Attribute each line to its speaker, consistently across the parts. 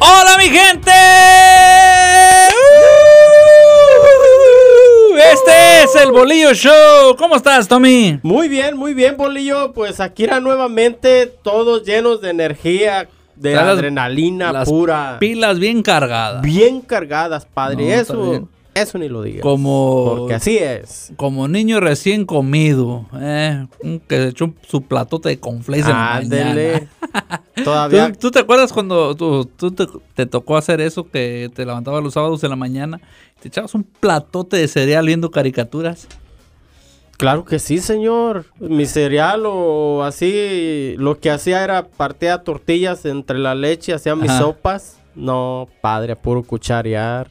Speaker 1: onda, mi gente? Este es el Bolillo Show. ¿Cómo estás, Tommy?
Speaker 2: Muy bien, muy bien, Bolillo. Pues aquí era nuevamente todos llenos de energía, de
Speaker 1: Trae las-
Speaker 2: adrenalina
Speaker 1: las
Speaker 2: pura.
Speaker 1: Pilas bien cargadas.
Speaker 2: Bien cargadas, padre.
Speaker 1: No, está
Speaker 2: eso,
Speaker 1: bien.
Speaker 2: eso ni lo digas.
Speaker 1: Como,
Speaker 2: Porque así es.
Speaker 1: como niño recién comido. eh, un que se echó su platote de conflex en la mañana.
Speaker 2: Ándele. Todavía.
Speaker 1: ¿Tú, tú te acuerdas cuando tú, tú te, te tocó hacer eso que te levantabas los sábados en la mañana? Te echabas un platote de cereal viendo caricaturas.
Speaker 2: Claro que sí, señor. Mi cereal o así, lo que hacía era partía tortillas entre la leche, hacía mis
Speaker 1: Ajá.
Speaker 2: sopas. No, padre, a puro cucharear.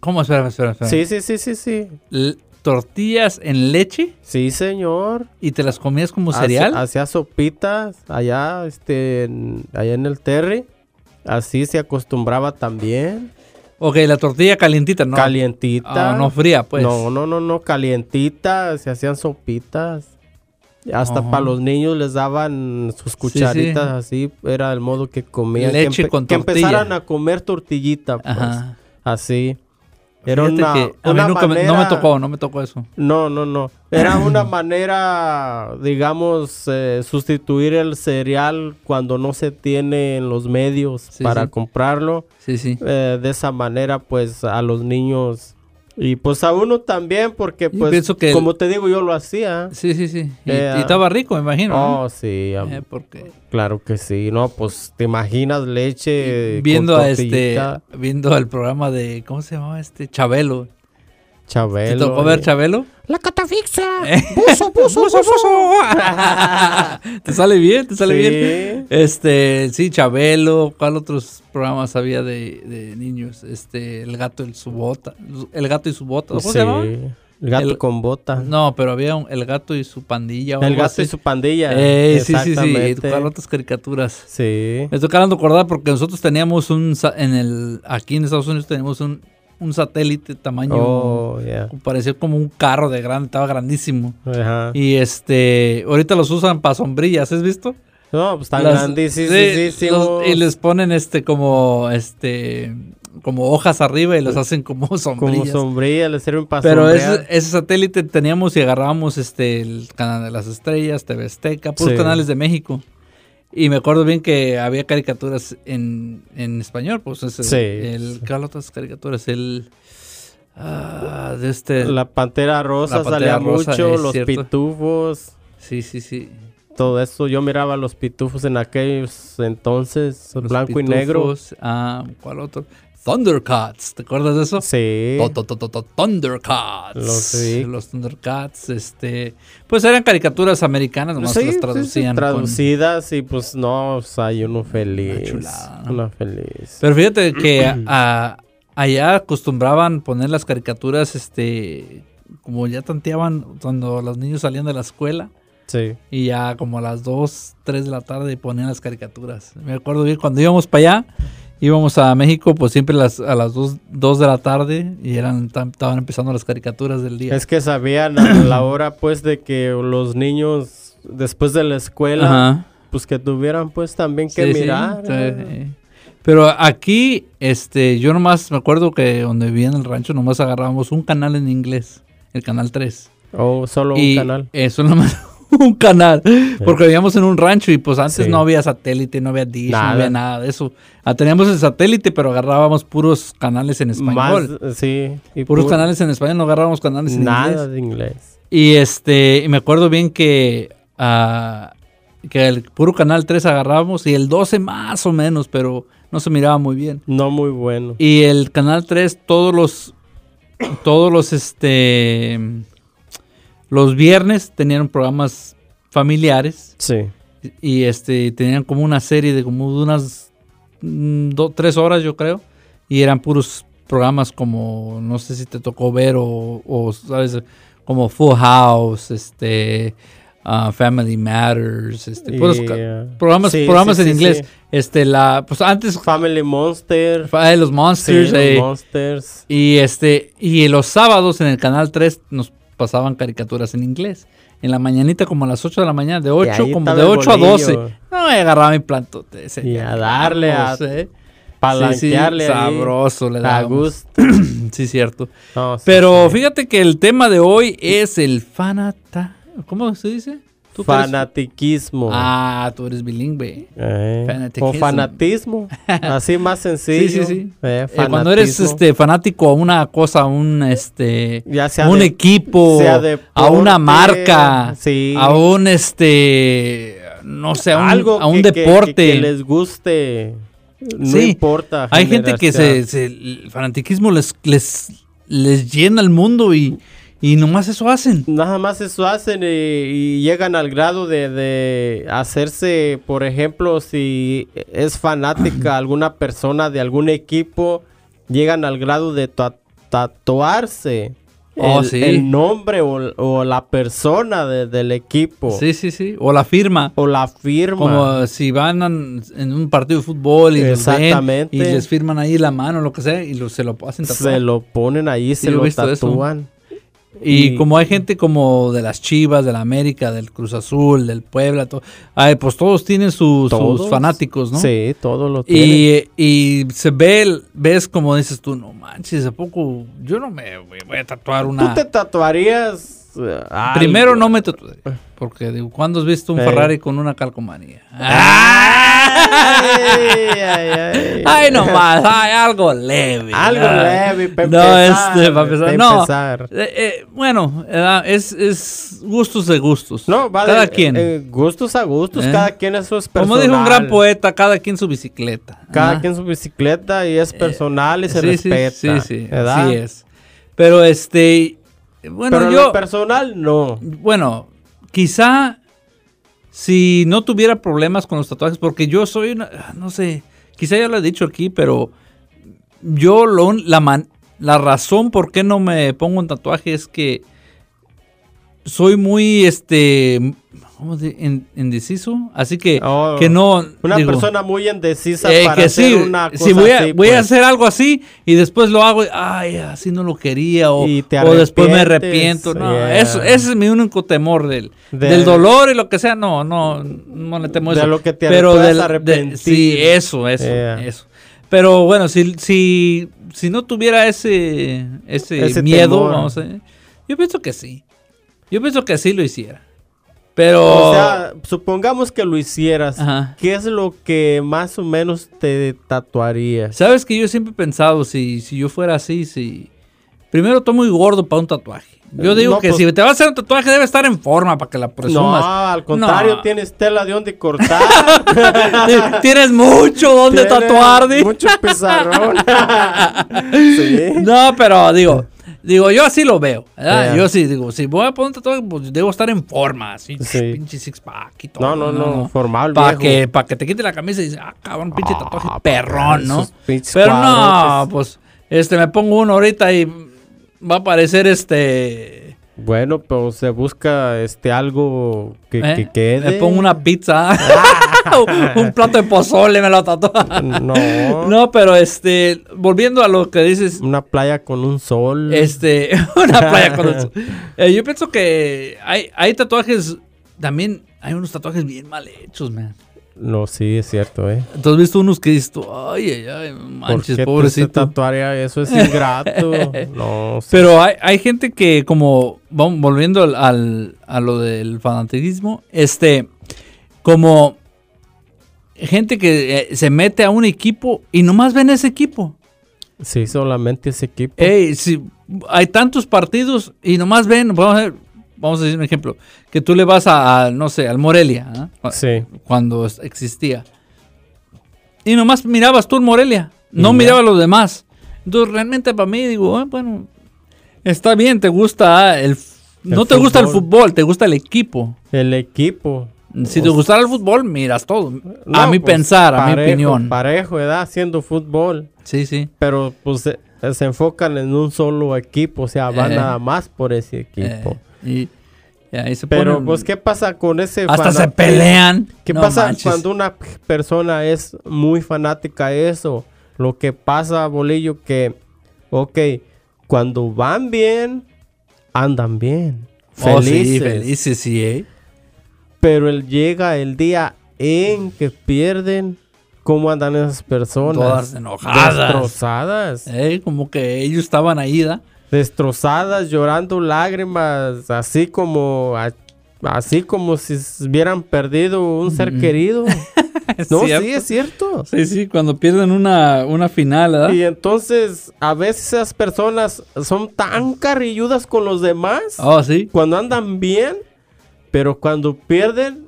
Speaker 1: ¿Cómo? Espera, espera, espera.
Speaker 2: Sí, sí, sí, sí, sí.
Speaker 1: L- tortillas en leche
Speaker 2: Sí, señor.
Speaker 1: y te las comías como
Speaker 2: Hace-
Speaker 1: cereal.
Speaker 2: Hacía sopitas allá, este, en- allá en el Terry. Así se acostumbraba también.
Speaker 1: ok, la tortilla calientita, ¿no?
Speaker 2: Calientita.
Speaker 1: Ah, no fría, pues.
Speaker 2: No, no, no, no, calientita, se hacían sopitas. Hasta
Speaker 1: Ajá.
Speaker 2: para los niños les daban sus cucharitas así, era el modo que comían.
Speaker 1: Leche
Speaker 2: que,
Speaker 1: con
Speaker 2: que
Speaker 1: tortilla.
Speaker 2: empezaran a comer tortillita, pues,
Speaker 1: Ajá.
Speaker 2: así. Era
Speaker 1: Fíjate
Speaker 2: una,
Speaker 1: que a mí
Speaker 2: una
Speaker 1: nunca me- no me
Speaker 2: manera-
Speaker 1: tocó, no me tocó eso.
Speaker 2: No, no, no. Era una manera, digamos, eh, sustituir el cereal cuando no se tiene en los medios
Speaker 1: Sí,
Speaker 2: para
Speaker 1: sí.
Speaker 2: comprarlo
Speaker 1: Sí, sí.
Speaker 2: eh, de esa manera pues a los niños y pues a uno también porque
Speaker 1: Yo
Speaker 2: pues
Speaker 1: pienso que el-
Speaker 2: como te digo yo lo hacía.
Speaker 1: Sí, sí, sí. Y,
Speaker 2: Eh,
Speaker 1: y estaba rico, me imagino. ¿no?
Speaker 2: Oh, sí, am-
Speaker 1: Eh, porque
Speaker 2: claro que sí. No, pues te imaginas leche con
Speaker 1: viendo a este
Speaker 2: tortillita,
Speaker 1: viendo el programa de cómo se llamaba este Chabelo. ¿Te
Speaker 2: Chabelo. eh.
Speaker 1: tocó ver
Speaker 2: y-
Speaker 1: Chabelo?
Speaker 2: La catafixa.
Speaker 1: Eh.
Speaker 2: Buzo, buzo,
Speaker 1: Buzo,
Speaker 2: buzo.
Speaker 1: buzo. te sale bien, te sale
Speaker 2: Sí.
Speaker 1: bien. Este, sí, Chabelo, ¿cuál otros programas había de, de niños? Este, El gato y su bota. El gato y su bota. ¿Cómo
Speaker 2: Sí.
Speaker 1: se llamaba?
Speaker 2: El gato
Speaker 1: El-
Speaker 2: con bota.
Speaker 1: No, pero había un- El gato y su pandilla. o
Speaker 2: el
Speaker 1: algo
Speaker 2: gato
Speaker 1: así.
Speaker 2: y su pandilla.
Speaker 1: Ey, sí, sí, sí.
Speaker 2: Exactamente.
Speaker 1: ¿Cuál otras caricaturas?
Speaker 2: Sí.
Speaker 1: Me estoy acabando de acordar porque nosotros teníamos un sa- en el aquí en Estados Unidos teníamos un, un satélite tamaño
Speaker 2: Oh, yeah.
Speaker 1: parecía como un carro de grande, estaba grandísimo.
Speaker 2: Ajá.
Speaker 1: Y este, ahorita los usan para sombrillas, ¿has visto?
Speaker 2: No, pues tan
Speaker 1: Las-
Speaker 2: grandísimos.
Speaker 1: sí, los- y les ponen este como este como hojas arriba y los hacen como
Speaker 2: Como
Speaker 1: sombrillas.
Speaker 2: sombrilla, le sirven para
Speaker 1: Pero ese,
Speaker 2: sombrear.
Speaker 1: ese satélite teníamos y agarrábamos este el canal de las estrellas, TV Azteca, puros
Speaker 2: Sí.
Speaker 1: canales de México. Y me acuerdo bien que había caricaturas en, en español, pues ese,
Speaker 2: Sí,
Speaker 1: el
Speaker 2: sí.
Speaker 1: ¿cuál otras caricaturas, el ah, de este
Speaker 2: La pantera rosa
Speaker 1: La Pantera
Speaker 2: salía
Speaker 1: Rosa,
Speaker 2: mucho,
Speaker 1: es
Speaker 2: los
Speaker 1: cierto.
Speaker 2: pitufos,
Speaker 1: Sí, sí, sí.
Speaker 2: todo eso. Yo miraba los pitufos en aquellos entonces,
Speaker 1: Los
Speaker 2: blanco y negro.
Speaker 1: Pitufos, Ah, ¿cuál otro? Thundercats, ¿te acuerdas de eso?
Speaker 2: Sí.
Speaker 1: To- to- to- to- to- Thundercats.
Speaker 2: Los- sí.
Speaker 1: Los Thundercats, este, pues eran caricaturas americanas, nomás
Speaker 2: Sí, sí,
Speaker 1: las
Speaker 2: sí,
Speaker 1: traducían. con-
Speaker 2: traducidas y pues no, o sea, hay uno feliz. Una
Speaker 1: chulada, ¿no?
Speaker 2: feliz.
Speaker 1: Pero fíjate que a- allá acostumbraban poner las caricaturas, este, como ya tanteaban cuando los niños salían de la escuela
Speaker 2: sí.
Speaker 1: y ya como a las 2, 3 de la tarde ponían las caricaturas. Me acuerdo bien cuando íbamos para allá, íbamos a México, pues siempre las, a las 2, de la tarde y eran tan- estaban empezando las caricaturas del día.
Speaker 2: Es que sabían a la hora pues de que los niños después de la escuela,
Speaker 1: Ajá.
Speaker 2: pues que tuvieran pues también que
Speaker 1: Sí, sí,
Speaker 2: mirar.
Speaker 1: sí, sí. Pero aquí, este, yo nomás me acuerdo que donde vivía en el rancho, nomás agarrábamos un canal en inglés, el canal 3.
Speaker 2: O solo un canal.
Speaker 1: Eso nomás un canal. Porque vivíamos en un rancho y pues antes
Speaker 2: Sí.
Speaker 1: no había satélite, no había dish,
Speaker 2: Nada.
Speaker 1: no había nada de eso. Ah, teníamos el satélite, pero agarrábamos puros canales en español.
Speaker 2: Más, sí. Y
Speaker 1: Puros
Speaker 2: pu-
Speaker 1: canales en español, no agarrábamos canales en
Speaker 2: Nada
Speaker 1: inglés.
Speaker 2: de inglés.
Speaker 1: Y este, y me acuerdo bien que, ah, que el puro canal 3 agarrábamos y el 12 más o menos, pero no se miraba muy bien.
Speaker 2: No muy bueno.
Speaker 1: Y el canal 3 todos los todos los este los viernes tenían programas familiares
Speaker 2: Sí.
Speaker 1: y este tenían como una serie de como de unas mm, do- tres horas yo creo y eran puros programas como no sé si te tocó ver o, o, sabes como Full House este ah, Family Matters este puros
Speaker 2: Y,
Speaker 1: ca-
Speaker 2: eh,
Speaker 1: programas
Speaker 2: sí,
Speaker 1: programas
Speaker 2: sí,
Speaker 1: en
Speaker 2: sí,
Speaker 1: inglés
Speaker 2: sí.
Speaker 1: este la pues antes
Speaker 2: Family Monster.
Speaker 1: fa- eh, los
Speaker 2: sí,
Speaker 1: Monsters
Speaker 2: los
Speaker 1: eh,
Speaker 2: Monsters.
Speaker 1: y este, y los sábados en el canal 3 nos pasaban caricaturas en inglés. En la mañanita, como a las 8 de la mañana, de 8,
Speaker 2: ahí
Speaker 1: como
Speaker 2: estaba
Speaker 1: de
Speaker 2: el
Speaker 1: 8 a 12.
Speaker 2: bolillo.
Speaker 1: No, me agarraba mi plantote. ese
Speaker 2: Y
Speaker 1: día,
Speaker 2: a darle a-
Speaker 1: no sé.
Speaker 2: Palanquearle ahí.
Speaker 1: sabroso le
Speaker 2: A
Speaker 1: dábamos.
Speaker 2: gusto.
Speaker 1: Sí, cierto.
Speaker 2: No, sí,
Speaker 1: Pero
Speaker 2: sí.
Speaker 1: fíjate que el tema de hoy es el fanata. ¿Cómo se dice? ¿Tú que eres-
Speaker 2: Fanatiquismo.
Speaker 1: Ah, tú eres bilingüe.
Speaker 2: Eh, O
Speaker 1: Fanatiquismo.
Speaker 2: fanatismo. Así más sencillo.
Speaker 1: Sí, sí, sí.
Speaker 2: Eh,
Speaker 1: Eh, cuando eres
Speaker 2: fanatismo.
Speaker 1: este fanático a una cosa, a un este
Speaker 2: Ya sea
Speaker 1: a un
Speaker 2: de-
Speaker 1: equipo,
Speaker 2: sea deporte,
Speaker 1: a una marca,
Speaker 2: sí.
Speaker 1: a un este no sé, a un,
Speaker 2: algo
Speaker 1: a un
Speaker 2: que- que-
Speaker 1: deporte.
Speaker 2: que, que les guste. No
Speaker 1: Sí.
Speaker 2: importa.
Speaker 1: Hay gente que se,
Speaker 2: generación.
Speaker 1: se- el fanatiquismo les les les llena el mundo y y nomás eso hacen.
Speaker 2: Nada más eso hacen y, y llegan al grado de, de hacerse, por ejemplo, si es fanática alguna persona de algún equipo, llegan al grado de tua- tatuarse
Speaker 1: Oh,
Speaker 2: el,
Speaker 1: sí.
Speaker 2: el nombre o, o la persona de- del equipo
Speaker 1: Sí, sí, sí, o la firma
Speaker 2: o la firma.
Speaker 1: Como si van an- en un partido de fútbol y los ven
Speaker 2: Exactamente.
Speaker 1: y les firman ahí la mano o lo que sea y lo- se lo hacen tatuar.
Speaker 2: se lo ponen ahí, se
Speaker 1: yo he
Speaker 2: lo
Speaker 1: visto eso.
Speaker 2: tatúan.
Speaker 1: Y
Speaker 2: Y-
Speaker 1: como hay gente como de las Chivas, del América, del Cruz Azul, del Puebla, to- ay, pues todos tienen sus,
Speaker 2: Todos.
Speaker 1: sus fanáticos, ¿no?
Speaker 2: Sí, todo lo tienen.
Speaker 1: Y, y se ve, el- ves como dices tú, no manches, ¿a poco yo no me voy voy a tatuar
Speaker 2: ¿Tú
Speaker 1: una?
Speaker 2: te tatuarías? eh, algo?
Speaker 1: Primero no me tatué, porque digo, ¿cuándo has visto un
Speaker 2: Eh.
Speaker 1: Ferrari con una calcomanía?
Speaker 2: Ay, ay, ay.
Speaker 1: Ay, nomás, ay, algo leve.
Speaker 2: Algo
Speaker 1: Ay.
Speaker 2: leve, pa'
Speaker 1: No,
Speaker 2: empezar,
Speaker 1: este, para
Speaker 2: pa'
Speaker 1: empezar. No,
Speaker 2: empezar.
Speaker 1: eh, eh, bueno, eh, es, es gustos de gustos.
Speaker 2: No, va de-
Speaker 1: Cada quien.
Speaker 2: eh, gustos a gustos,
Speaker 1: ¿Eh?
Speaker 2: cada quien eso es personal.
Speaker 1: Como dijo un gran poeta, cada quien su bicicleta.
Speaker 2: Cada
Speaker 1: Ajá. Eh,
Speaker 2: quien su bicicleta y es personal y se
Speaker 1: Sí, sí,
Speaker 2: respeta.
Speaker 1: Sí, sí,
Speaker 2: ¿verdad?
Speaker 1: así es. Pero este, bueno,
Speaker 2: Pero
Speaker 1: yo,
Speaker 2: lo personal no.
Speaker 1: bueno, quizá si no tuviera problemas con los tatuajes, porque yo soy una, no sé, quizá ya lo he dicho aquí, pero yo lo, un- la, man- la razón por qué no me pongo un tatuaje es que soy muy, este, ¿cómo se in- indeciso? Así que,
Speaker 2: Oh,
Speaker 1: que no...
Speaker 2: Una
Speaker 1: digo,
Speaker 2: persona muy indecisa
Speaker 1: eh,
Speaker 2: para
Speaker 1: que
Speaker 2: hacer
Speaker 1: sí,
Speaker 2: una cosa
Speaker 1: si voy a,
Speaker 2: así,
Speaker 1: voy a
Speaker 2: pues.
Speaker 1: hacer algo así y después lo hago, y, ay, así no lo quería o,
Speaker 2: Y te
Speaker 1: o después me
Speaker 2: arrepientes,
Speaker 1: arrepiento. No,
Speaker 2: yeah.
Speaker 1: eso, ese es mi único temor del,
Speaker 2: Del-
Speaker 1: del dolor y lo que sea. No, no, no le temo
Speaker 2: De
Speaker 1: eso.
Speaker 2: lo que te
Speaker 1: Pero
Speaker 2: puedas
Speaker 1: del- de-
Speaker 2: arrepentir.
Speaker 1: sí, eso, eso,
Speaker 2: Yeah.
Speaker 1: eso. Pero bueno, si, si, si no tuviera ese, ese,
Speaker 2: Ese
Speaker 1: miedo,
Speaker 2: temor.
Speaker 1: vamos a- yo pienso que sí. Yo pienso que sí lo hiciera. Pero...
Speaker 2: O sea, supongamos que lo hicieras.
Speaker 1: Ajá.
Speaker 2: ¿Qué es lo que más o menos te tatuarías?
Speaker 1: Sabes que yo siempre he pensado, si, si yo fuera así, si... Primero estoy muy gordo para un tatuaje. Yo digo
Speaker 2: No,
Speaker 1: que
Speaker 2: pues-
Speaker 1: si te vas a hacer un tatuaje debe estar en forma para que la
Speaker 2: No,
Speaker 1: presumas.
Speaker 2: al contrario,
Speaker 1: No.
Speaker 2: tienes tela de donde cortar.
Speaker 1: Ti- Tienes mucho donde
Speaker 2: tienes
Speaker 1: tatuar. di.
Speaker 2: Mucho ¿eh? pizarrón. sí.
Speaker 1: No, pero digo, digo, yo así lo veo. ¿verdad?
Speaker 2: Yeah.
Speaker 1: Yo sí digo, si voy a poner un tatuaje, pues debo estar en forma, así,
Speaker 2: Sí.
Speaker 1: pinche six pack y todo.
Speaker 2: No, no, no, formal,
Speaker 1: Para
Speaker 2: viejo.
Speaker 1: que, pa' que te quite la camisa y dices, ah, cabrón, pinche tatuaje
Speaker 2: Ah,
Speaker 1: perrón, ¿no?
Speaker 2: esos pinches
Speaker 1: Pero no,
Speaker 2: cuadrotes.
Speaker 1: pues, este, me pongo uno ahorita y va a aparecer este.
Speaker 2: Bueno, pues se busca este algo que,
Speaker 1: ¿eh?
Speaker 2: que quede.
Speaker 1: Me pongo una pizza. un plato de pozole me lo tatúa.
Speaker 2: No,
Speaker 1: No, pero este, volviendo a lo que dices,
Speaker 2: Una playa con un sol.
Speaker 1: Este, una playa con eso. Eh, yo pienso que hay, hay tatuajes, también hay unos tatuajes bien mal hechos, man.
Speaker 2: No, sí, es cierto, ¿eh?
Speaker 1: Entonces has visto unos que dices tú, ay, ay, ay, manches,
Speaker 2: Porque
Speaker 1: pobrecito.
Speaker 2: Eso es ingrato. no, sí.
Speaker 1: Pero hay, hay gente que, como, vam- volviendo al, al- a lo del fanatismo, este, como gente que eh, se mete a un equipo y nomás ven ese equipo.
Speaker 2: Sí, solamente ese equipo.
Speaker 1: Ey, si hay tantos partidos y nomás ven, vamos a, ver, vamos a decir un ejemplo, que tú le vas a, a, no sé, al Morelia, ¿ah? Cu-
Speaker 2: Sí.
Speaker 1: cuando es- existía. Y nomás mirabas tú el Morelia, no
Speaker 2: Ya.
Speaker 1: mirabas los demás. Entonces realmente para mí digo, "Ah, bueno, está bien, te gusta ah, el... f-
Speaker 2: El
Speaker 1: no te gusta el
Speaker 2: fútbol.
Speaker 1: fútbol, te gusta el equipo.
Speaker 2: El equipo.
Speaker 1: Si te
Speaker 2: Pues,
Speaker 1: gustara el fútbol, miras todo. a
Speaker 2: no,
Speaker 1: mi
Speaker 2: pues,
Speaker 1: pensar, a mi
Speaker 2: parejo,
Speaker 1: opinión.
Speaker 2: Parejo, ¿verdad? Haciendo fútbol.
Speaker 1: Sí, sí.
Speaker 2: Pero pues se, se enfocan en un solo equipo. O sea, van
Speaker 1: Eh.
Speaker 2: nada más por ese equipo.
Speaker 1: Eh, y, y ahí se
Speaker 2: Pero
Speaker 1: ponen-
Speaker 2: pues, ¿qué pasa con ese
Speaker 1: Hasta se
Speaker 2: fanatismo?
Speaker 1: pelean.
Speaker 2: ¿Qué
Speaker 1: No
Speaker 2: pasa
Speaker 1: manches.
Speaker 2: cuando una p- persona es muy fanática de eso? Lo que pasa, Bolillo, que, ok, cuando van bien, andan bien.
Speaker 1: Oh, sí,
Speaker 2: Felices.
Speaker 1: felices, sí, ¿eh?
Speaker 2: Pero el- llega el día en que pierden ¿Cómo andan esas personas?
Speaker 1: Todas enojadas.
Speaker 2: Destrozadas.
Speaker 1: Eh, como que ellos estaban ahí, ¿da?
Speaker 2: Destrozadas, llorando lágrimas, así como a- así como si s- hubieran perdido un ser querido.
Speaker 1: Es
Speaker 2: no,
Speaker 1: Mm. cierto.
Speaker 2: sí, es cierto.
Speaker 1: Sí, sí, cuando pierden una, una final, ¿verdad?
Speaker 2: Y entonces, a veces esas personas son tan carrilludas con los demás
Speaker 1: Oh, sí.
Speaker 2: cuando andan bien, pero cuando pierden,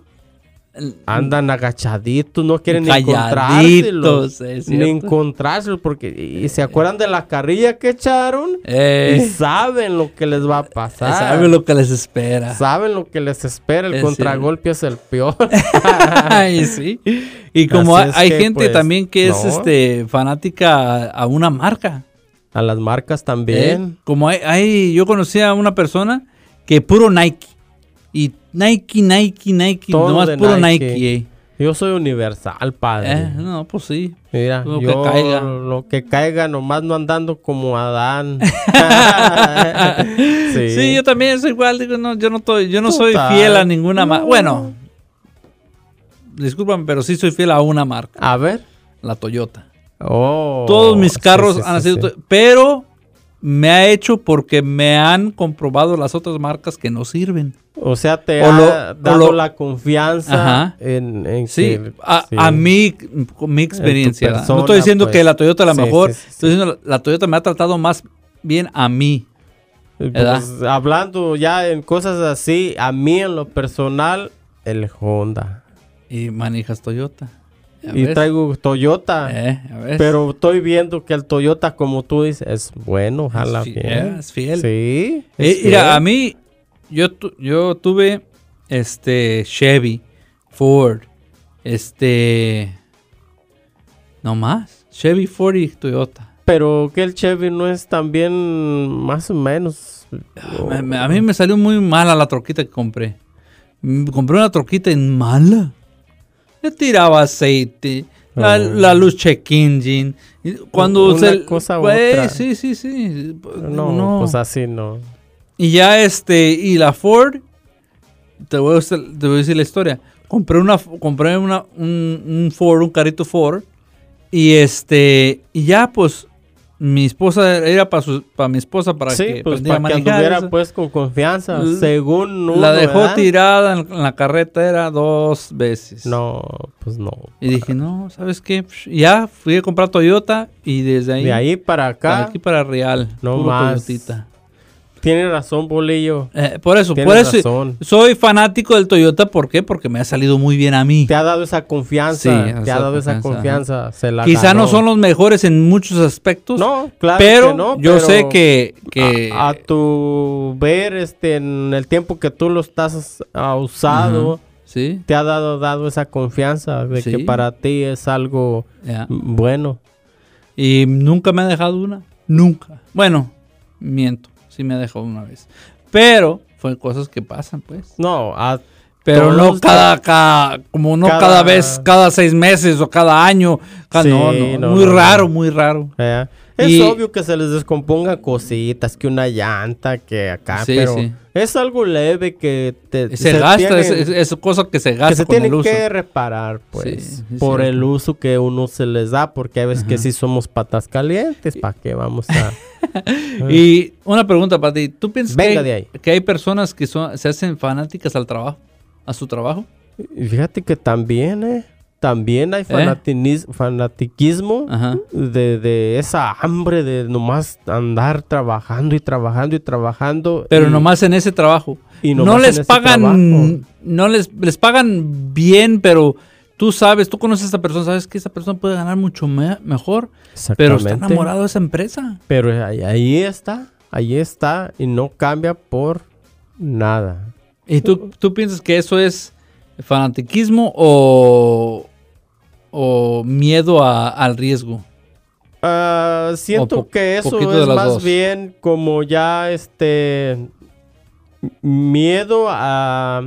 Speaker 2: andan agachaditos, no quieren ni encontrárselos.
Speaker 1: Calladitos, es
Speaker 2: Ni
Speaker 1: cierto.
Speaker 2: encontrárselos, porque y, y se acuerdan de la carrilla que echaron y
Speaker 1: Eh,
Speaker 2: saben lo que les va a pasar.
Speaker 1: sabe lo que les espera.
Speaker 2: Saben lo que les espera, el
Speaker 1: Es
Speaker 2: contragolpe es el peor.
Speaker 1: Ay, sí. Y como
Speaker 2: Así
Speaker 1: hay,
Speaker 2: es
Speaker 1: hay
Speaker 2: que,
Speaker 1: gente
Speaker 2: pues,
Speaker 1: también que es
Speaker 2: no.
Speaker 1: este fanática a, a una marca.
Speaker 2: a las marcas
Speaker 1: ¿eh?
Speaker 2: también.
Speaker 1: Como hay, hay- yo conocí a una persona que puro Nike. Y Nike, Nike, Nike,
Speaker 2: Todo
Speaker 1: nomás
Speaker 2: de
Speaker 1: puro Nike.
Speaker 2: Nike.
Speaker 1: eh.
Speaker 2: Yo soy universal, padre.
Speaker 1: Eh, no, pues sí.
Speaker 2: Mira,
Speaker 1: Lo que
Speaker 2: yo
Speaker 1: caiga.
Speaker 2: lo que caiga, nomás no andando como Adán.
Speaker 1: Sí. yo también soy igual, digo, no, yo no estoy- yo no soy
Speaker 2: Total.
Speaker 1: fiel a ninguna marca. Bueno, discúlpame, pero sí soy fiel a una marca,
Speaker 2: A ver.
Speaker 1: la Toyota.
Speaker 2: Oh,
Speaker 1: Todos mis
Speaker 2: sí,
Speaker 1: carros
Speaker 2: sí, sí,
Speaker 1: han sido,
Speaker 2: sí.
Speaker 1: Toy- pero me ha hecho porque me han comprobado las otras marcas que no sirven.
Speaker 2: O sea, te
Speaker 1: o
Speaker 2: ha
Speaker 1: lo- o
Speaker 2: dado
Speaker 1: lo-
Speaker 2: la confianza
Speaker 1: Ajá.
Speaker 2: en, en
Speaker 1: Sí,
Speaker 2: que-
Speaker 1: a,
Speaker 2: sí.
Speaker 1: a mí, con mi experiencia. ¿verdad? no
Speaker 2: persona,
Speaker 1: estoy diciendo que
Speaker 2: pues.
Speaker 1: la Toyota a la
Speaker 2: Sí,
Speaker 1: mejor,
Speaker 2: sí, sí,
Speaker 1: estoy diciendo la, la Toyota me ha tratado más bien a mí.
Speaker 2: Pues,
Speaker 1: ¿verdad?
Speaker 2: hablando ya en cosas así, a mí en lo personal, el Honda.
Speaker 1: Y manijas Toyota. Ya
Speaker 2: Y
Speaker 1: ves.
Speaker 2: traigo Toyota.
Speaker 1: Eh, ya ves.
Speaker 2: Pero estoy viendo que el Toyota, como tú dices, es bueno, jala
Speaker 1: fiel,
Speaker 2: bien.
Speaker 1: es fiel.
Speaker 2: Sí.
Speaker 1: Eh,
Speaker 2: es fiel.
Speaker 1: mira, a mí, yo, tu- yo tuve este Chevy, Ford, este. No más. Chevy, Ford y Toyota.
Speaker 2: Pero que el Chevy no es también más o menos.
Speaker 1: Ah, Me- me- a mí me salió muy mala la troquita que compré. Mm, Compré una troquita en mala. Le tiraba aceite, la,
Speaker 2: Oh.
Speaker 1: la luz check engine. y Cuando
Speaker 2: Una
Speaker 1: se-
Speaker 2: cosa u
Speaker 1: Güey,
Speaker 2: otra.
Speaker 1: Sí, sí, sí.
Speaker 2: no,
Speaker 1: No.
Speaker 2: pues así no.
Speaker 1: Y ya este, y la Ford, te voy a, usar- te voy a decir la historia. Compré una, compré una, un, un Ford, un carrito Ford. Y este, y ya pues, mi esposa era para para mi esposa para
Speaker 2: sí,
Speaker 1: que
Speaker 2: pues
Speaker 1: aprendiera a
Speaker 2: para que
Speaker 1: manejar,
Speaker 2: anduviera
Speaker 1: eso.
Speaker 2: pues con confianza,
Speaker 1: L-
Speaker 2: según uno,
Speaker 1: la dejó
Speaker 2: ¿verdad?
Speaker 1: tirada en, en la carretera dos veces.
Speaker 2: No, pues no.
Speaker 1: Y dije, no, ¿sabes qué? Psh, y Ya fui a comprar Toyota y desde ahí,
Speaker 2: De ahí para
Speaker 1: para
Speaker 2: acá,
Speaker 1: aquí para Real.
Speaker 2: No
Speaker 1: puro
Speaker 2: más.
Speaker 1: Toyotita.
Speaker 2: tiene razón, Bolillo.
Speaker 1: Eh, por eso,
Speaker 2: Tienes
Speaker 1: por eso
Speaker 2: razón.
Speaker 1: soy fanático del Toyota, ¿por qué? Porque me ha salido muy bien a mí.
Speaker 2: Te ha dado esa confianza.
Speaker 1: Sí,
Speaker 2: te
Speaker 1: esa
Speaker 2: ha dado esa
Speaker 1: confianza,
Speaker 2: confianza. Se la
Speaker 1: Quizá no
Speaker 2: ganó.
Speaker 1: son los mejores en muchos aspectos,
Speaker 2: No, claro
Speaker 1: pero
Speaker 2: que no,
Speaker 1: yo
Speaker 2: pero
Speaker 1: sé que, que
Speaker 2: a, a tu ver este en el tiempo que tú lo estás ah, usado
Speaker 1: Ujú. sí,
Speaker 2: te ha dado dado esa confianza de que
Speaker 1: Sí.
Speaker 2: para ti es algo
Speaker 1: ya.
Speaker 2: mm, bueno.
Speaker 1: y nunca me ha dejado una, nunca. Bueno, miento, sí me ha dejado una vez, pero fue cosas que pasan, pues.
Speaker 2: No, ah, a-
Speaker 1: Pero
Speaker 2: Todos
Speaker 1: no
Speaker 2: los-
Speaker 1: cada, cada como no cada,
Speaker 2: cada-
Speaker 1: vez, cada seis meses o cada año, ca-
Speaker 2: Sí,
Speaker 1: no, no,
Speaker 2: no,
Speaker 1: muy
Speaker 2: no, no.
Speaker 1: raro, muy raro.
Speaker 2: eh, es
Speaker 1: Y-
Speaker 2: obvio que se les descomponga cositas, que una llanta, que acá,
Speaker 1: Sí,
Speaker 2: pero
Speaker 1: sí.
Speaker 2: es algo leve que te,
Speaker 1: Se, gasta,
Speaker 2: tienen-
Speaker 1: es, es- es cosa que se gasta
Speaker 2: que se
Speaker 1: con el
Speaker 2: tienen
Speaker 1: uso.
Speaker 2: que reparar, pues,
Speaker 1: sí, es
Speaker 2: por
Speaker 1: cierto.
Speaker 2: el uso que uno se les da, porque a veces que
Speaker 1: Ajá.
Speaker 2: sí somos patas calientes, ¿para qué vamos a...?
Speaker 1: Y una pregunta para ti. ¿Tú piensas que
Speaker 2: Ah. Venga
Speaker 1: hay,
Speaker 2: de ahí.
Speaker 1: que hay personas que son, se hacen fanáticas al trabajo? ¿A su trabajo?
Speaker 2: Y Fíjate que también, ¿eh? También hay fanatinis- fanatiquismo
Speaker 1: Ajá.
Speaker 2: de, de esa hambre de nomás andar trabajando y trabajando y trabajando.
Speaker 1: Pero
Speaker 2: y-
Speaker 1: nomás en ese trabajo.
Speaker 2: y nomás
Speaker 1: no
Speaker 2: en
Speaker 1: les
Speaker 2: ese
Speaker 1: pagan,
Speaker 2: trabajo.
Speaker 1: no les, les pagan bien, pero tú sabes, tú conoces a esta persona, sabes que esa persona puede ganar mucho me- mejor, pero está
Speaker 2: Exactamente.
Speaker 1: enamorado de esa empresa.
Speaker 2: Pero ahí, ahí está, ahí está y no cambia por nada.
Speaker 1: ¿Y tú, tú piensas que eso es fanatiquismo o, o miedo a- al riesgo?
Speaker 2: Ah, siento
Speaker 1: po-
Speaker 2: que eso
Speaker 1: poquito de
Speaker 2: es
Speaker 1: las
Speaker 2: más
Speaker 1: dos.
Speaker 2: bien como ya este miedo a,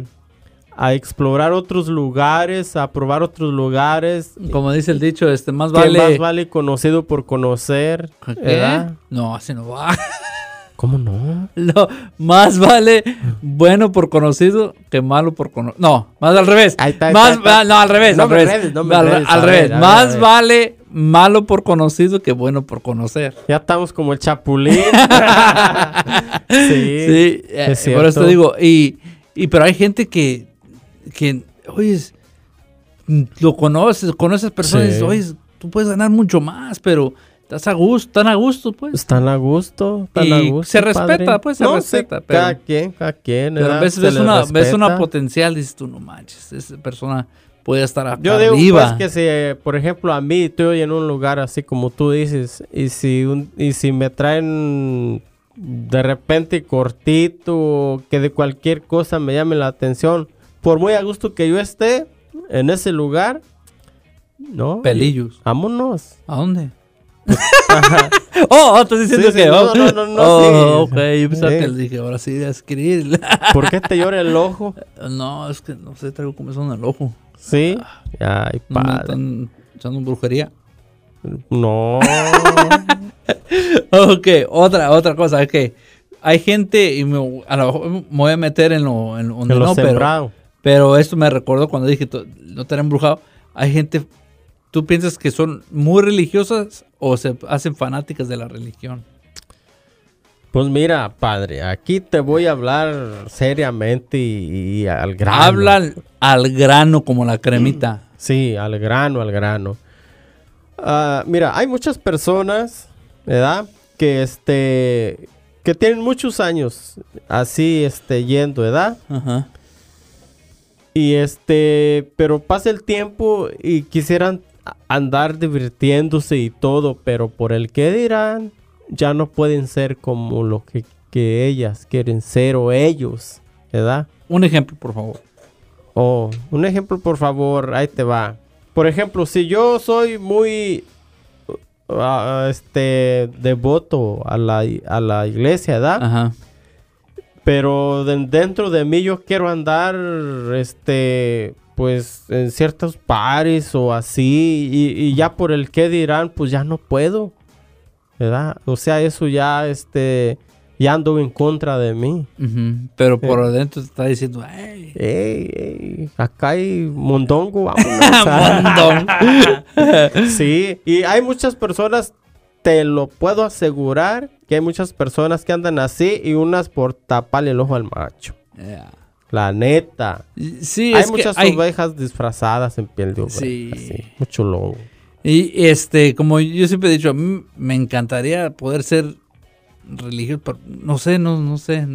Speaker 2: a explorar otros lugares, a probar otros lugares.
Speaker 1: Como dice el dicho, este más
Speaker 2: Que
Speaker 1: vale...
Speaker 2: más vale conocido por conocer.
Speaker 1: ¿Qué?
Speaker 2: ¿verdad?
Speaker 1: No, así no va.
Speaker 2: ¿Cómo no?
Speaker 1: Lo, más vale bueno por conocido que malo por conocido. No, más al revés.
Speaker 2: Ahí está, ahí
Speaker 1: más
Speaker 2: está, ahí está.
Speaker 1: va- No, al revés.
Speaker 2: No
Speaker 1: al
Speaker 2: me
Speaker 1: revés.
Speaker 2: enredes, no me
Speaker 1: al,
Speaker 2: enredes,
Speaker 1: al
Speaker 2: a ver,
Speaker 1: revés.
Speaker 2: a ver,
Speaker 1: más
Speaker 2: a ver.
Speaker 1: vale malo por conocido que bueno por conocer.
Speaker 2: Ya estamos como el chapulín. sí.
Speaker 1: Sí, eh,
Speaker 2: es
Speaker 1: por eso
Speaker 2: cierto.
Speaker 1: te digo. Y, y pero hay gente que, que oye, es- mm, lo conoces, conoces personas y dices,
Speaker 2: Sí.
Speaker 1: oye, tú puedes ganar mucho más, pero estás a gusto, tan a gusto, pues.
Speaker 2: Están a gusto, están
Speaker 1: Y
Speaker 2: a gusto.
Speaker 1: se respeta, pues, se
Speaker 2: sí,
Speaker 1: respeta, pero-
Speaker 2: Cada quien, cada quien.
Speaker 1: Pero
Speaker 2: ¿verdad?
Speaker 1: a veces
Speaker 2: Se
Speaker 1: ves
Speaker 2: les
Speaker 1: una, ves una
Speaker 2: respeta.
Speaker 1: potencial y dices tú, no manches, esa persona puede estar acá
Speaker 2: Yo digo,
Speaker 1: arriba.
Speaker 2: pues, que si, eh, por ejemplo, a mí estoy en un lugar así como tú dices, y si, un- y si me traen de repente cortito, que de cualquier cosa me llame la atención, por muy a gusto que yo esté en ese lugar, no.
Speaker 1: Pelillos.
Speaker 2: Vámonos.
Speaker 1: ¿A dónde? oh, oh, estás diciendo
Speaker 2: Sí, sí,
Speaker 1: que.
Speaker 2: no,
Speaker 1: oh.
Speaker 2: no, no, no,
Speaker 1: Oh,
Speaker 2: sí.
Speaker 1: ok. Yo pensaba
Speaker 2: Sí.
Speaker 1: que le dije, ahora sí, de escribir.
Speaker 2: ¿Por qué te llora el ojo?
Speaker 1: no, es que no sé, traigo comezón en el ojo.
Speaker 2: Sí. Ay,
Speaker 1: No me
Speaker 2: padre.
Speaker 1: están echando brujería.
Speaker 2: No.
Speaker 1: Ok, otra, otra cosa. Es que hay gente, y me, a lo mejor me voy a meter en lo, en lo-
Speaker 2: Que
Speaker 1: donde
Speaker 2: lo
Speaker 1: no, pero,
Speaker 2: sembrado.
Speaker 1: pero esto me recordó cuando dije, "To- no te han embrujado. Hay gente, tú piensas que son muy religiosas o se hacen fanáticas de la religión.
Speaker 2: Pues mira, padre, aquí te voy a hablar seriamente y, y al grano.
Speaker 1: Hablan al grano como la cremita.
Speaker 2: Sí, al grano, al grano. Ah, mira, hay muchas personas, ¿verdad? Que este, que tienen muchos años así, este, yendo, ¿verdad?
Speaker 1: Ajá.
Speaker 2: Y este, pero pasa el tiempo y quisieran a- andar divirtiéndose y todo, pero por el que dirán, ya no pueden ser como lo que, que ellas quieren ser o ellos, ¿verdad?
Speaker 1: Un ejemplo, por favor.
Speaker 2: Oh, un ejemplo, por favor, ahí te va. Por ejemplo, si yo soy muy ah, este devoto a la, a la iglesia, ¿verdad?
Speaker 1: Ajá.
Speaker 2: Pero de- dentro de mí yo quiero andar, este, pues en ciertos pares o así, y, y ya por el que dirán, pues ya no puedo, ¿verdad? O sea, eso ya, este, ya ando en contra de mí.
Speaker 1: Ujú. Pero por adentro te está diciendo, ¡ay!
Speaker 2: Ey, ey, acá hay mondongo, vámonos.
Speaker 1: Mondongo.
Speaker 2: Sí, y hay muchas personas, te lo puedo asegurar, que hay muchas personas que andan así y unas por taparle el ojo al macho.
Speaker 1: Yeah.
Speaker 2: La neta.
Speaker 1: Sí,
Speaker 2: hay
Speaker 1: es
Speaker 2: muchas
Speaker 1: que hay-
Speaker 2: ovejas disfrazadas en piel de oveja.
Speaker 1: Sí.
Speaker 2: Sí. Mucho lobo.
Speaker 1: Y este, como yo siempre he dicho, a mí me encantaría poder ser religioso, pero no sé, no, no sé.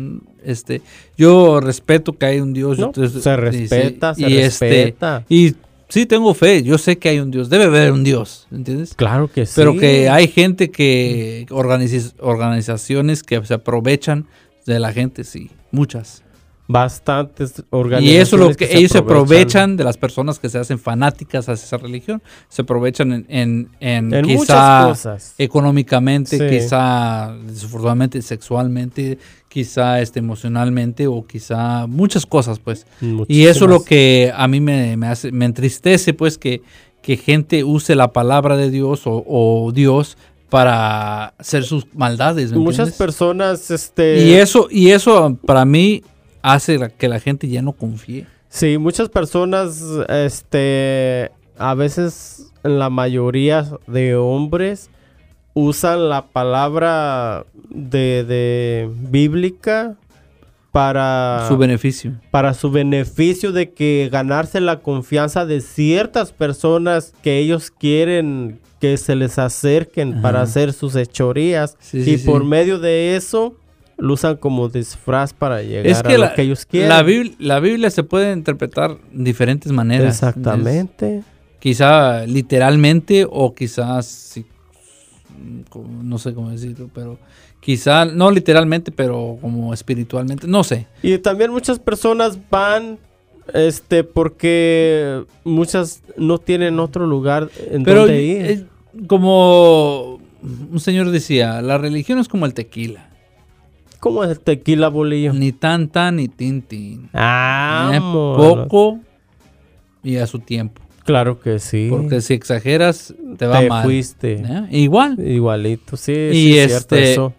Speaker 1: Este, yo respeto que hay un Dios.
Speaker 2: No,
Speaker 1: Pues, entonces-
Speaker 2: se
Speaker 1: y sí,
Speaker 2: respeta, se
Speaker 1: y este,
Speaker 2: respeta.
Speaker 1: y sí tengo fe, yo sé que hay un Dios, debe haber un Dios, ¿entiendes?
Speaker 2: Claro que sí.
Speaker 1: Pero que hay gente que, organizis- organizaciones que se aprovechan de la gente, sí, muchas.
Speaker 2: bastantes
Speaker 1: Y
Speaker 2: organizaciones.
Speaker 1: eso lo que, ellos se
Speaker 2: aprovechan.
Speaker 1: aprovechan de las personas que se hacen fanáticas hacia esa religión, se aprovechan en, en, en
Speaker 2: en
Speaker 1: quizá
Speaker 2: muchas cosas.
Speaker 1: económicamente,
Speaker 2: Sí.
Speaker 1: quizá desafortunadamente sexualmente, quizá este, emocionalmente o quizá muchas cosas, pues. Y eso es lo
Speaker 2: Muchísimas.
Speaker 1: que a mí me, me hace, me entristece, pues, que, que gente use la palabra de Dios o, o Dios para hacer sus maldades. ¿me
Speaker 2: Muchas
Speaker 1: entiendes?
Speaker 2: personas, este...
Speaker 1: Y eso, y eso para mí hace la- que la gente ya no confíe.
Speaker 2: Sí, muchas personas, este, a veces la mayoría de hombres usan la palabra de, de bíblica para
Speaker 1: Su beneficio.
Speaker 2: para su beneficio de que ganarse la confianza de ciertas personas que ellos quieren que se les acerquen
Speaker 1: Ajá.
Speaker 2: para hacer sus hechorías
Speaker 1: Sí,
Speaker 2: y
Speaker 1: sí,
Speaker 2: por
Speaker 1: sí.
Speaker 2: medio de eso lo usan como disfraz para llegar
Speaker 1: Es
Speaker 2: a
Speaker 1: que la,
Speaker 2: lo que ellos quieren.
Speaker 1: la, Biblia, la Biblia se puede interpretar de diferentes maneras. ¿entiendes?
Speaker 2: Exactamente.
Speaker 1: quizá literalmente o quizás sí, como- no sé cómo decirlo, pero quizá no literalmente, pero como espiritualmente, no sé.
Speaker 2: Y también muchas personas van este porque muchas no tienen otro lugar en
Speaker 1: Pero
Speaker 2: donde ir.
Speaker 1: eh, como un señor decía, la religión es como el tequila,
Speaker 2: ¿Cómo es el tequila bolillo?
Speaker 1: ni tan tan ni tin tin,
Speaker 2: Ah,
Speaker 1: Eh, poco y a su tiempo,
Speaker 2: Claro que sí.
Speaker 1: porque si exageras te va
Speaker 2: Te
Speaker 1: mal.
Speaker 2: fuiste.
Speaker 1: ¿eh? Igual.
Speaker 2: Igualito, sí,
Speaker 1: Y
Speaker 2: sí es cierto
Speaker 1: este-
Speaker 2: eso.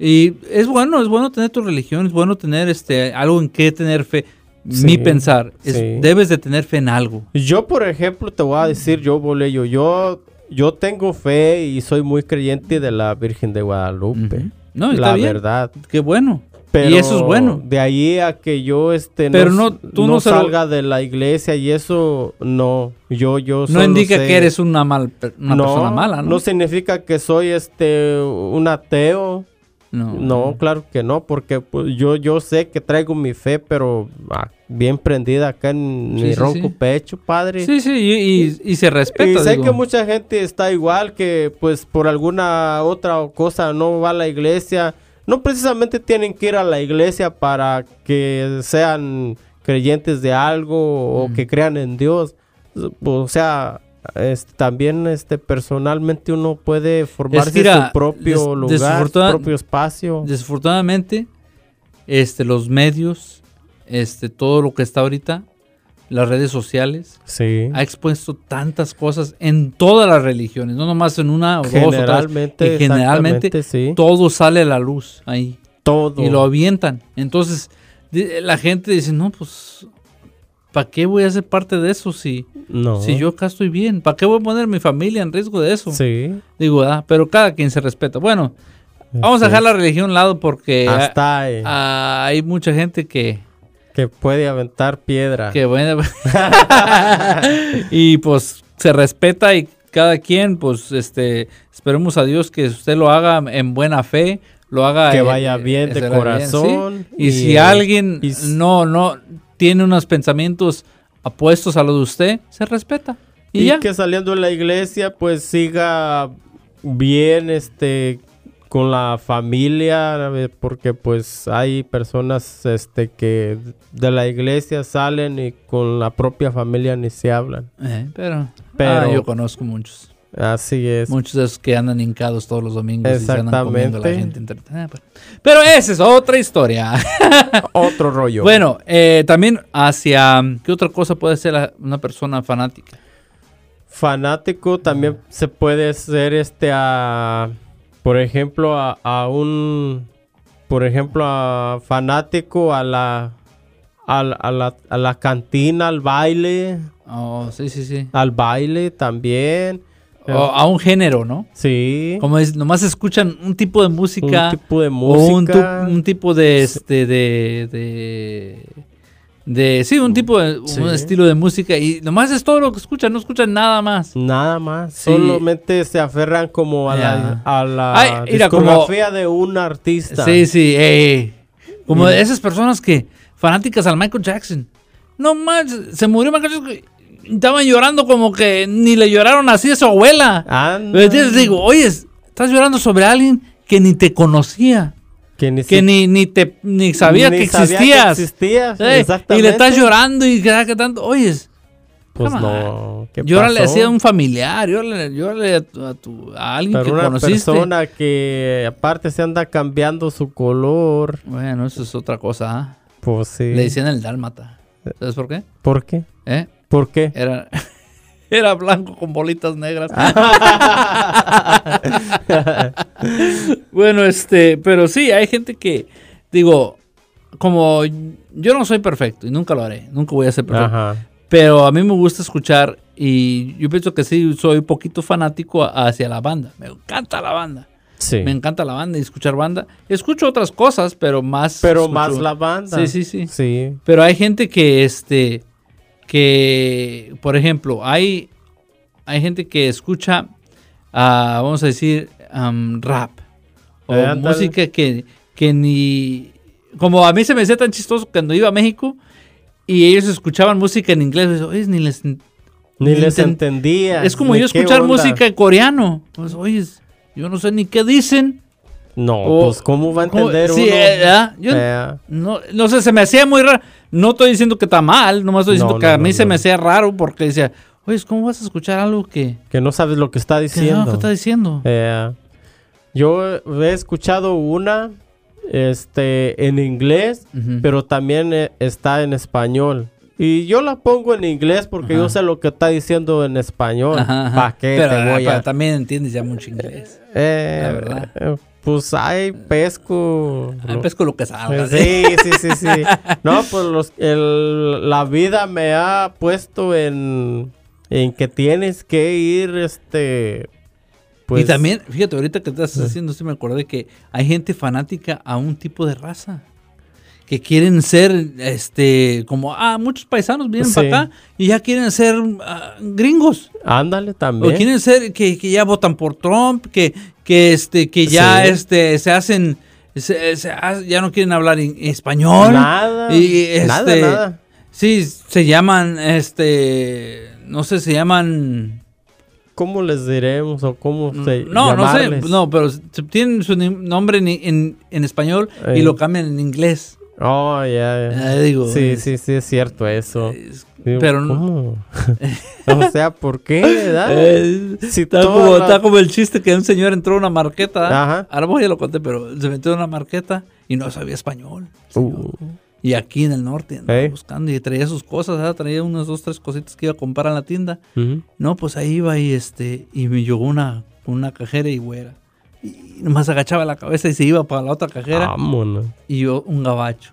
Speaker 1: Y es bueno, es bueno tener tu religión, es bueno tener este algo en qué tener fe. Mi
Speaker 2: Sí,
Speaker 1: pensar, es,
Speaker 2: sí.
Speaker 1: debes de tener fe en algo.
Speaker 2: Yo, por ejemplo, te voy a decir, yo, Boleyo, yo, yo tengo fe y soy muy creyente de la Virgen de Guadalupe.
Speaker 1: Ujú. No, está
Speaker 2: la
Speaker 1: bien.
Speaker 2: verdad.
Speaker 1: Qué bueno.
Speaker 2: Pero
Speaker 1: y eso es bueno.
Speaker 2: De ahí a que yo este
Speaker 1: Pero
Speaker 2: no,
Speaker 1: no- tú
Speaker 2: no
Speaker 1: no se lo-
Speaker 2: salga de la iglesia y eso no, yo yo
Speaker 1: No
Speaker 2: solo
Speaker 1: indica
Speaker 2: sé-
Speaker 1: que eres una, mal, per- una
Speaker 2: No,
Speaker 1: persona mala, ¿no?
Speaker 2: No significa que soy este un ateo.
Speaker 1: no.
Speaker 2: No, claro que no, porque pues, yo yo sé que traigo mi fe, pero ah, bien prendida acá en
Speaker 1: Sí,
Speaker 2: mi
Speaker 1: sí,
Speaker 2: ronco
Speaker 1: sí.
Speaker 2: pecho, padre.
Speaker 1: Sí, sí, y, y- y se respeta.
Speaker 2: y sé
Speaker 1: digo.
Speaker 2: que mucha gente está igual, que pues por alguna otra cosa no va a la iglesia. No precisamente tienen que ir a la iglesia para que sean creyentes de algo o
Speaker 1: Mm.
Speaker 2: que crean en Dios. O sea, es- también este personalmente uno puede formarse
Speaker 1: mira,
Speaker 2: su propio
Speaker 1: des-
Speaker 2: lugar, su
Speaker 1: desafortuna-
Speaker 2: propio espacio.
Speaker 1: Desafortunadamente, este, los medios, este, todo lo que está ahorita, las redes sociales,
Speaker 2: Sí.
Speaker 1: ha expuesto tantas cosas en todas las religiones, no nomás en una o dos o tres.
Speaker 2: Generalmente,
Speaker 1: y generalmente
Speaker 2: exactamente, sí.
Speaker 1: Todo sale a la luz ahí
Speaker 2: todo.
Speaker 1: y lo avientan. Entonces, di- la gente dice, no, pues, ¿para qué voy a ser parte de eso si,
Speaker 2: No.
Speaker 1: si yo acá estoy bien? ¿Para qué voy a poner mi familia en riesgo de eso?
Speaker 2: Sí.
Speaker 1: Digo, ah, pero cada quien se respeta. Bueno, vamos a
Speaker 2: Así
Speaker 1: dejar
Speaker 2: es.
Speaker 1: la religión a un lado porque ah,
Speaker 2: Este, Hasta eh, ahí.
Speaker 1: ah, hay mucha gente que,
Speaker 2: Que puede aventar piedra.
Speaker 1: que bueno, y pues se respeta y cada quien, pues, este, esperemos a Dios que usted lo haga en buena fe, lo haga
Speaker 2: que
Speaker 1: en-
Speaker 2: vaya bien
Speaker 1: eh, se
Speaker 2: de
Speaker 1: haga bien, sí.
Speaker 2: corazón.
Speaker 1: Y si
Speaker 2: eh,
Speaker 1: alguien
Speaker 2: y s-
Speaker 1: no, no tiene unos pensamientos opuestos a los de usted, se respeta. Y,
Speaker 2: y
Speaker 1: ya.
Speaker 2: que saliendo de la iglesia, pues siga bien este con la familia, eh, porque pues hay personas este que de la iglesia salen y con la propia familia ni se hablan.
Speaker 1: Eh, pero
Speaker 2: Pero-
Speaker 1: ah, yo conozco muchos.
Speaker 2: Así es.
Speaker 1: Muchos de esos que andan hincados todos los domingos y se andan comiendo a la
Speaker 2: Exactamente.
Speaker 1: gente. entre- Ah, pero- Pero esa es otra historia.
Speaker 2: Otro rollo.
Speaker 1: Bueno, eh, también hacia... mm, ¿Qué otra cosa puede ser la- una persona fanática?
Speaker 2: fanático también se puede ser este a por ejemplo a, a un por ejemplo a fanático a la a, la- a la, a la cantina al baile
Speaker 1: Oh, sí, sí, sí.
Speaker 2: al baile también
Speaker 1: O a un género, ¿no?
Speaker 2: sí
Speaker 1: Como es, nomás escuchan un tipo de música...
Speaker 2: un tipo de
Speaker 1: O un,
Speaker 2: música
Speaker 1: tu- un tipo de este de, de de- sí un tipo de un
Speaker 2: Sí.
Speaker 1: estilo de música y nomás es todo lo que escuchan no escuchan nada más
Speaker 2: nada más
Speaker 1: Sí.
Speaker 2: solamente se aferran como a
Speaker 1: Ya.
Speaker 2: la a la
Speaker 1: Ay, mira, como-
Speaker 2: discografía de un artista
Speaker 1: sí sí eh, como
Speaker 2: Mira.
Speaker 1: esas personas que fanáticas al Michael Jackson no más se murió Michael Jackson estaban llorando como que ni le lloraron así a su
Speaker 2: Ah.
Speaker 1: abuela
Speaker 2: Anda,
Speaker 1: entonces digo oye estás llorando sobre alguien que ni te conocía
Speaker 2: que ni,
Speaker 1: que
Speaker 2: si-
Speaker 1: ni ni te ni sabía
Speaker 2: ni
Speaker 1: que
Speaker 2: sabía
Speaker 1: existías
Speaker 2: existías,
Speaker 1: Eh, y le estás
Speaker 2: exactamente.
Speaker 1: llorando y que que tanto. Oyes,
Speaker 2: Pues
Speaker 1: Come
Speaker 2: no. ¿qué
Speaker 1: llórale
Speaker 2: pasó?
Speaker 1: así a un familiar, llórale, llórale a, tu- a tu- a alguien
Speaker 2: Pero
Speaker 1: que
Speaker 2: una
Speaker 1: conociste.
Speaker 2: persona que aparte se anda cambiando su color.
Speaker 1: Bueno, eso es otra cosa. ¿ah?
Speaker 2: Pues sí. Eh.
Speaker 1: Le decían el dálmata. ¿Sabes por qué?
Speaker 2: ¿Por qué?
Speaker 1: ¿Eh?
Speaker 2: ¿Por qué?
Speaker 1: Era, era blanco con bolitas negras. bueno, este, pero sí, hay gente que, digo, como yo no soy perfecto y nunca lo haré, nunca voy a ser perfecto.
Speaker 2: Ajá.
Speaker 1: Pero a mí me gusta escuchar y yo pienso que sí, soy un poquito fanático a- hacia la banda. Me encanta la banda.
Speaker 2: Sí.
Speaker 1: Me encanta la banda y escuchar banda. Escucho otras cosas, pero más...
Speaker 2: Pero
Speaker 1: escucho-
Speaker 2: más la banda.
Speaker 1: Sí, sí, sí.
Speaker 2: Sí.
Speaker 1: Pero hay gente que, este, que, por ejemplo, hay, hay gente que escucha, ah, vamos a decir, am, rap. O
Speaker 2: Eh, ándale.
Speaker 1: música que, que ni... Como a mí se me hacía tan chistoso cuando iba a México y ellos escuchaban música en inglés. y yo, Oye, ni les...
Speaker 2: Ni les
Speaker 1: Enten-
Speaker 2: entendía.
Speaker 1: Es como
Speaker 2: ¿De
Speaker 1: yo
Speaker 2: qué
Speaker 1: escuchar
Speaker 2: onda?
Speaker 1: música en coreano. Pues, oye, yo no sé ni qué dicen.
Speaker 2: No,
Speaker 1: O-
Speaker 2: pues cómo va a
Speaker 1: ¿Cómo?
Speaker 2: entender
Speaker 1: Sí,
Speaker 2: uno.
Speaker 1: eh, ¿verdad? Yo-
Speaker 2: Eh,
Speaker 1: No, no sé, se me hacía muy raro. No estoy diciendo que está mal, nomás estoy diciendo
Speaker 2: No,
Speaker 1: que
Speaker 2: no,
Speaker 1: a mí
Speaker 2: no,
Speaker 1: se
Speaker 2: no.
Speaker 1: me hacía raro porque decía, oye, ¿cómo vas a escuchar algo que,
Speaker 2: que no sabes lo que está
Speaker 1: que no,
Speaker 2: diciendo.
Speaker 1: ¿qué está diciendo?
Speaker 2: Eh, yo he escuchado una este, en inglés,
Speaker 1: Ujú.
Speaker 2: pero también eh, está en español. Y yo la pongo en inglés porque yo
Speaker 1: Ajá.
Speaker 2: sé lo que está diciendo en español.
Speaker 1: Ajá, ajá.
Speaker 2: ¿Para qué
Speaker 1: Pero,
Speaker 2: te
Speaker 1: ah,
Speaker 2: voy
Speaker 1: pero
Speaker 2: a...?
Speaker 1: también entiendes ya mucho inglés.
Speaker 2: Eh,
Speaker 1: La verdad.
Speaker 2: eh, Pues hay pesco.
Speaker 1: Ay,
Speaker 2: lo-
Speaker 1: pesco lo que salga.
Speaker 2: Pues Sí, sí, sí, sí. No, pues los- el- la vida me ha puesto en, en que tienes que ir, este...
Speaker 1: y también, fíjate, ahorita que estás haciendo, sí me acordé que hay gente fanática a un tipo de raza. Que quieren ser, este, como, ah, muchos paisanos vienen
Speaker 2: Sí.
Speaker 1: para acá y ya quieren ser ah, gringos.
Speaker 2: Ándale
Speaker 1: O
Speaker 2: también.
Speaker 1: quieren ser que, que ya votan por Trump, que, que este, que ya
Speaker 2: Sí.
Speaker 1: este se hacen, se- se ha- ya no quieren hablar en español.
Speaker 2: Nada,
Speaker 1: Y,
Speaker 2: nada,
Speaker 1: este,
Speaker 2: nada.
Speaker 1: Sí, se llaman, este, no sé, se llaman.
Speaker 2: ¿Cómo les diremos o cómo se
Speaker 1: Mm, no, no sé,
Speaker 2: llamarles?
Speaker 1: no, pero se- tienen su ni- nombre en, en- en español y
Speaker 2: Ey.
Speaker 1: lo cambian en inglés.
Speaker 2: Oh, ya, ya.
Speaker 1: Eh, digo,
Speaker 2: Eh. Sí,
Speaker 1: es-
Speaker 2: sí, sí, es cierto eso.
Speaker 1: es-
Speaker 2: Digo,
Speaker 1: pero no.
Speaker 2: ¿cómo? o sea, ¿por qué? verdad?
Speaker 1: Eh,
Speaker 2: Ah, Si
Speaker 1: Está
Speaker 2: toda
Speaker 1: como,
Speaker 2: la-
Speaker 1: está como el chiste que un señor entró a una marqueta.
Speaker 2: Ajá.
Speaker 1: Ahora vos ya lo conté, pero se metió en una marqueta y no sabía español.
Speaker 2: Uh,
Speaker 1: Y aquí en el norte andaba
Speaker 2: Ey.
Speaker 1: buscando y traía sus cosas, ¿verdad? traía unas dos, tres cositas que iba a comprar en la tienda.
Speaker 2: ujú.
Speaker 1: No, pues ahí iba y este, y me llegó una, una cajera y güera. Y nomás agachaba la cabeza y se iba para la otra
Speaker 2: Ah.
Speaker 1: cajera
Speaker 2: Vámonos.
Speaker 1: y yo un gabacho.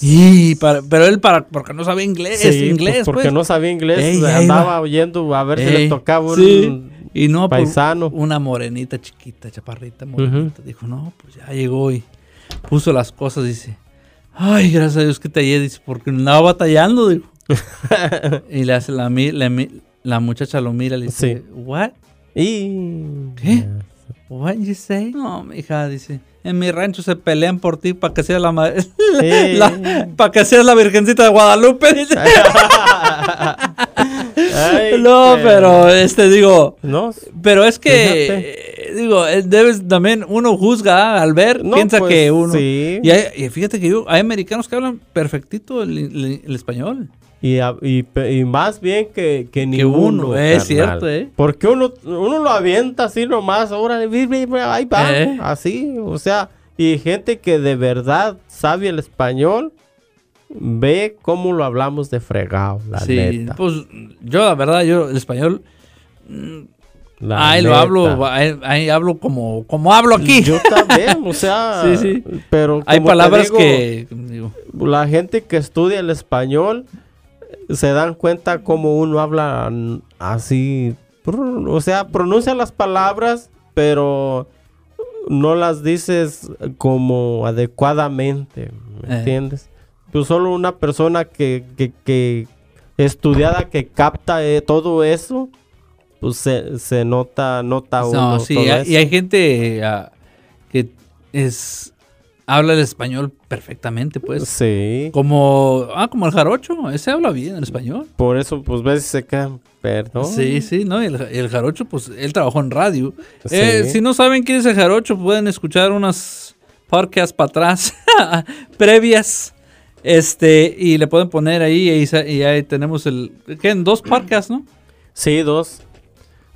Speaker 1: Y para, pero él para, porque no sabía inglés,
Speaker 2: Sí,
Speaker 1: inglés,
Speaker 2: pues, porque
Speaker 1: pues.
Speaker 2: no sabía inglés,
Speaker 1: Ey, ahí
Speaker 2: andaba
Speaker 1: va.
Speaker 2: oyendo a ver si
Speaker 1: Ey,
Speaker 2: le tocaba un
Speaker 1: sí. Y no, pues,
Speaker 2: paisano.
Speaker 1: una morenita chiquita, chaparrita, morenita. Dijo, no, pues ya llegó y puso las cosas, dice. Ay, gracias a Dios que te hallé, dice, porque andaba batallando, dijo. y le hace la, mi- la, mi- la muchacha lo mira, le dice,
Speaker 2: Sí.
Speaker 1: what?
Speaker 2: Y
Speaker 1: ¿Qué? What you say? No, mija, dice, en mi rancho se pelean por ti para que seas la, ma-
Speaker 2: Sí.
Speaker 1: la- para que seas la virgencita de Guadalupe, dice.
Speaker 2: Ay,
Speaker 1: no,
Speaker 2: qué-
Speaker 1: pero este digo,
Speaker 2: No,
Speaker 1: Pero es que, eh, digo, eh, debes también, uno juzga ah, al ver,
Speaker 2: No,
Speaker 1: piensa
Speaker 2: pues,
Speaker 1: que uno...
Speaker 2: sí.
Speaker 1: Y, hay- y fíjate que yo, hay americanos que hablan perfectito el, el- el español.
Speaker 2: Y, a- y pe- y más bien que, que ni
Speaker 1: Que uno,
Speaker 2: uno.
Speaker 1: es
Speaker 2: carnal.
Speaker 1: cierto, ¿eh?
Speaker 2: Porque uno, uno lo avienta así nomás, órale, vi, vi, vi, ahí va,
Speaker 1: Eh.
Speaker 2: así, o sea, y gente que de verdad sabe el español, ve cómo lo hablamos de fregado, la
Speaker 1: sí,
Speaker 2: neta.
Speaker 1: pues yo la verdad, yo el español,
Speaker 2: la
Speaker 1: ahí lo
Speaker 2: neta.
Speaker 1: hablo, ahí, ahí hablo como, como hablo aquí.
Speaker 2: Yo también, o sea,
Speaker 1: Sí, sí.
Speaker 2: pero
Speaker 1: hay
Speaker 2: como te
Speaker 1: palabras
Speaker 2: digo,
Speaker 1: que... digo,
Speaker 2: la gente que estudia el español eh, se dan cuenta cómo uno habla mm, así, prr, o sea, pronuncia las palabras, pero no las dices como adecuadamente, ¿me
Speaker 1: Eh.
Speaker 2: entiendes? Pues solo una persona que, que- que estudiada que capta eh, todo eso, pues se, se nota, nota uno
Speaker 1: No, sí,
Speaker 2: todo
Speaker 1: hay-
Speaker 2: eso.
Speaker 1: y hay gente ah, que es... Habla el español perfectamente, pues.
Speaker 2: sí.
Speaker 1: Como, ah, como el jarocho, ese habla bien el español.
Speaker 2: Por eso, pues, veces se quedan, perdón.
Speaker 1: Sí, sí, ¿no? El, el jarocho, pues, él trabajó en radio.
Speaker 2: Sí.
Speaker 1: Eh, si no saben quién es el jarocho, pueden escuchar unas podcasts para atrás, previas, este, y le pueden poner ahí, y, sa- y ahí tenemos el, ¿qué? En dos podcasts, ¿no?
Speaker 2: Sí, dos.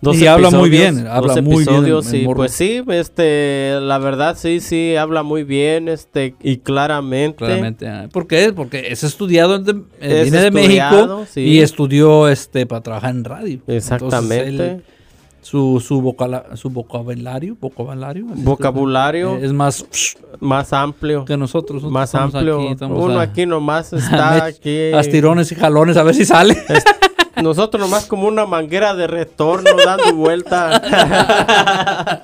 Speaker 2: Dos
Speaker 1: Y habla muy
Speaker 2: episodios,
Speaker 1: bien, habla
Speaker 2: dos
Speaker 1: muy bien el-
Speaker 2: episodios,
Speaker 1: el
Speaker 2: sí,
Speaker 1: morro.
Speaker 2: pues sí, este, la verdad sí, sí, habla muy bien, este, y claramente.
Speaker 1: Claramente. ah, ¿Por qué? Porque es estudiado, de, eh,
Speaker 2: Es
Speaker 1: viene de
Speaker 2: estudiado,
Speaker 1: México
Speaker 2: sí.
Speaker 1: y estudió, este, para trabajar en radio. Entonces,
Speaker 2: Exactamente.
Speaker 1: él- su, su, vocala- su vocabulario, vocabulario. así se llama.
Speaker 2: Vocabulario
Speaker 1: Eh, Es más
Speaker 2: más amplio,
Speaker 1: que nosotros. nosotros
Speaker 2: más
Speaker 1: estamos
Speaker 2: amplio.
Speaker 1: aquí, estamos
Speaker 2: Uno
Speaker 1: a-
Speaker 2: aquí nomás
Speaker 1: a
Speaker 2: está
Speaker 1: mech-
Speaker 2: aquí.
Speaker 1: a tirones y jalones a ver si sale.
Speaker 2: Nosotros nomás como una manguera de retorno dando vuelta.
Speaker 1: Ah,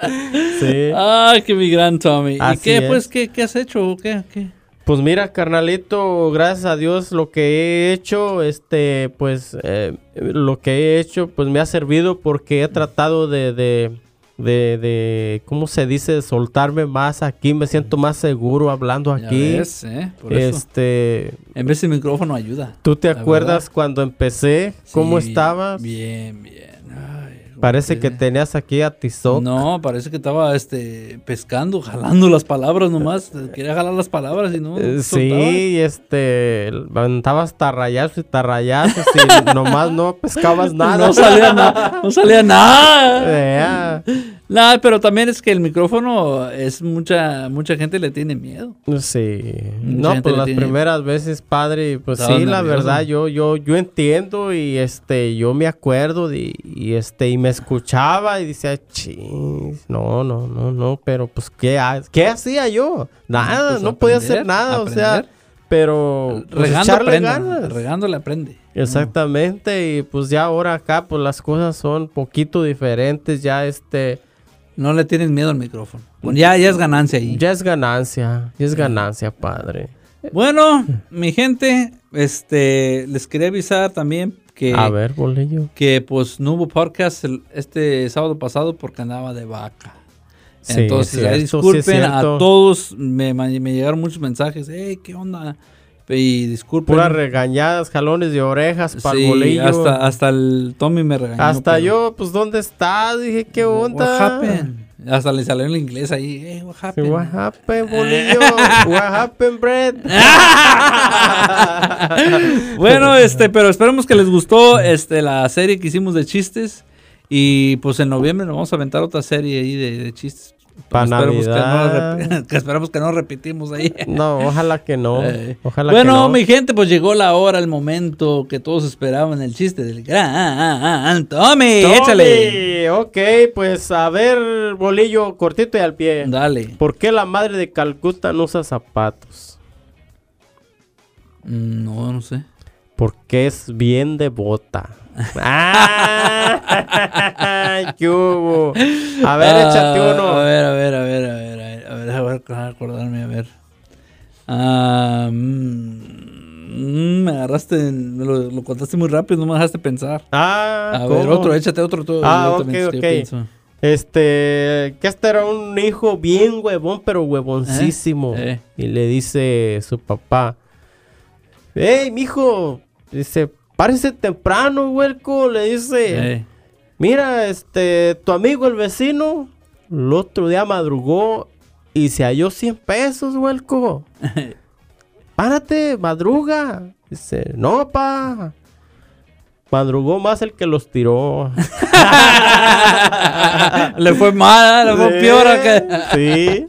Speaker 2: sí.
Speaker 1: Ay, que mi gran Tommy. ¿Y
Speaker 2: Así
Speaker 1: qué,
Speaker 2: es.
Speaker 1: pues, qué, qué has hecho? o ¿Qué, qué?
Speaker 2: Pues mira, carnalito, gracias a Dios lo que he hecho, este, pues eh, lo que he hecho, pues me ha servido porque he tratado de, de, de, de, ¿cómo se dice? Soltarme más aquí, me siento más seguro hablando
Speaker 1: Ya
Speaker 2: aquí.
Speaker 1: ves, ¿eh? Por eso.
Speaker 2: Este,
Speaker 1: En vez de micrófono ayuda.
Speaker 2: ¿tú te
Speaker 1: La
Speaker 2: acuerdas cuando empecé? ¿Cómo
Speaker 1: Sí,
Speaker 2: estabas?
Speaker 1: Bien, bien. Ay,
Speaker 2: Parece que
Speaker 1: te
Speaker 2: tenías aquí a Tizoc.
Speaker 1: No, parece que estaba este pescando, jalando las palabras nomás. Quería jalar las palabras y no.
Speaker 2: Eh,
Speaker 1: no soltaba.
Speaker 2: Sí, este, levantabas tarrayazos y tarrayazos y nomás no pescabas nada.
Speaker 1: No salía nada. No salía nada.
Speaker 2: Eh, ah,
Speaker 1: No, pero también es que el micrófono es mucha mucha gente le tiene miedo.
Speaker 2: Sí.
Speaker 1: Mucha
Speaker 2: No,
Speaker 1: gente
Speaker 2: pues
Speaker 1: le
Speaker 2: las
Speaker 1: tiene-
Speaker 2: primeras veces, padre, pues
Speaker 1: Estabas
Speaker 2: sí, la
Speaker 1: nervioso.
Speaker 2: verdad, yo, yo, yo entiendo y este, yo me acuerdo de- y este, y me escuchaba y decía, chis, no, no, no, no, pero pues, ¿qué, ha- qué hacía yo? Nada,
Speaker 1: Pues,
Speaker 2: no podía hacer
Speaker 1: aprender,
Speaker 2: nada, o sea,
Speaker 1: aprender.
Speaker 2: pero pues,
Speaker 1: Regando
Speaker 2: echarle
Speaker 1: aprende.
Speaker 2: ganas.
Speaker 1: Regando le aprende.
Speaker 2: Exactamente, y pues ya ahora acá, pues las cosas son poquito diferentes, ya este,
Speaker 1: No le tienes miedo al micrófono. Bueno, ya, ya es ganancia ahí.
Speaker 2: ya es ganancia, ya es ganancia, padre.
Speaker 1: Bueno, mi gente, este, les quería avisar también que,
Speaker 2: A ver, bolillo.
Speaker 1: que pues no hubo podcast el- este sábado pasado porque andaba de vaca.
Speaker 2: Sí,
Speaker 1: Entonces,
Speaker 2: es
Speaker 1: ahí
Speaker 2: cierto, sí
Speaker 1: disculpen
Speaker 2: es
Speaker 1: a
Speaker 2: cierto.
Speaker 1: todos, me, ma- me llegaron muchos mensajes, hey, ¿qué onda? Y disculpen.
Speaker 2: Puras regañadas, jalones de orejas, para
Speaker 1: Sí, hasta, hasta el Tommy me regañó.
Speaker 2: hasta
Speaker 1: pero-
Speaker 2: yo, pues, ¿dónde estás? Dije, ¿qué
Speaker 1: What
Speaker 2: onda?
Speaker 1: happened? Hasta le salió en inglés ahí, hey, what
Speaker 2: Sí,
Speaker 1: happened?
Speaker 2: What happened, bolillo? What happened, Brett?
Speaker 1: bueno, este, pero esperemos que les gustó este, la serie que hicimos de chistes. Y pues en noviembre nos vamos a aventar otra serie ahí de, de chistes. Pues,
Speaker 2: Pa'
Speaker 1: esperemos que, no
Speaker 2: Navidad.
Speaker 1: repi- que esperemos que no repetimos ahí.
Speaker 2: No, ojalá que no.
Speaker 1: Eh,
Speaker 2: Ojalá
Speaker 1: bueno,
Speaker 2: que no.
Speaker 1: mi gente, pues llegó la hora, el momento que todos esperaban, el chiste del gran Tommy.
Speaker 2: Tommy,
Speaker 1: Échale.
Speaker 2: Ok, pues a ver, bolillo, cortito y al pie.
Speaker 1: Dale.
Speaker 2: ¿Por qué la madre de Calcuta no usa zapatos?
Speaker 1: Mm, No, no sé.
Speaker 2: Porque es bien devota. ¡Ah! ¡Qué hubo! A ver,
Speaker 1: Ah,
Speaker 2: échate
Speaker 1: A
Speaker 2: uno.
Speaker 1: ver, a ver, a ver, a ver, a ver, a ver, a ver, a acordarme, a ver. Ah, mm, mm, me agarraste, en- me lo, lo contaste muy rápido, no me dejaste pensar.
Speaker 2: Ah,
Speaker 1: A
Speaker 2: ¿cómo?
Speaker 1: ver, otro, échate otro. Todo,
Speaker 2: Ah, ok, ok.
Speaker 1: ¿Eh?
Speaker 2: Este, que este era un hijo bien huevón, pero huevoncísimo.
Speaker 1: Eh, eh.
Speaker 2: Y le dice su papá, ¡Ey, mijo! Dice, párese temprano, huerco. Le dice,
Speaker 1: Eh.
Speaker 2: Mira, este, tu amigo el vecino, el otro día madrugó y se halló 100 pesos, huelco. Párate, madruga. Dice, no, pa. Madrugó más el que los tiró.
Speaker 1: le fue mal, ¿eh? le fue peor. acá.
Speaker 2: Sí.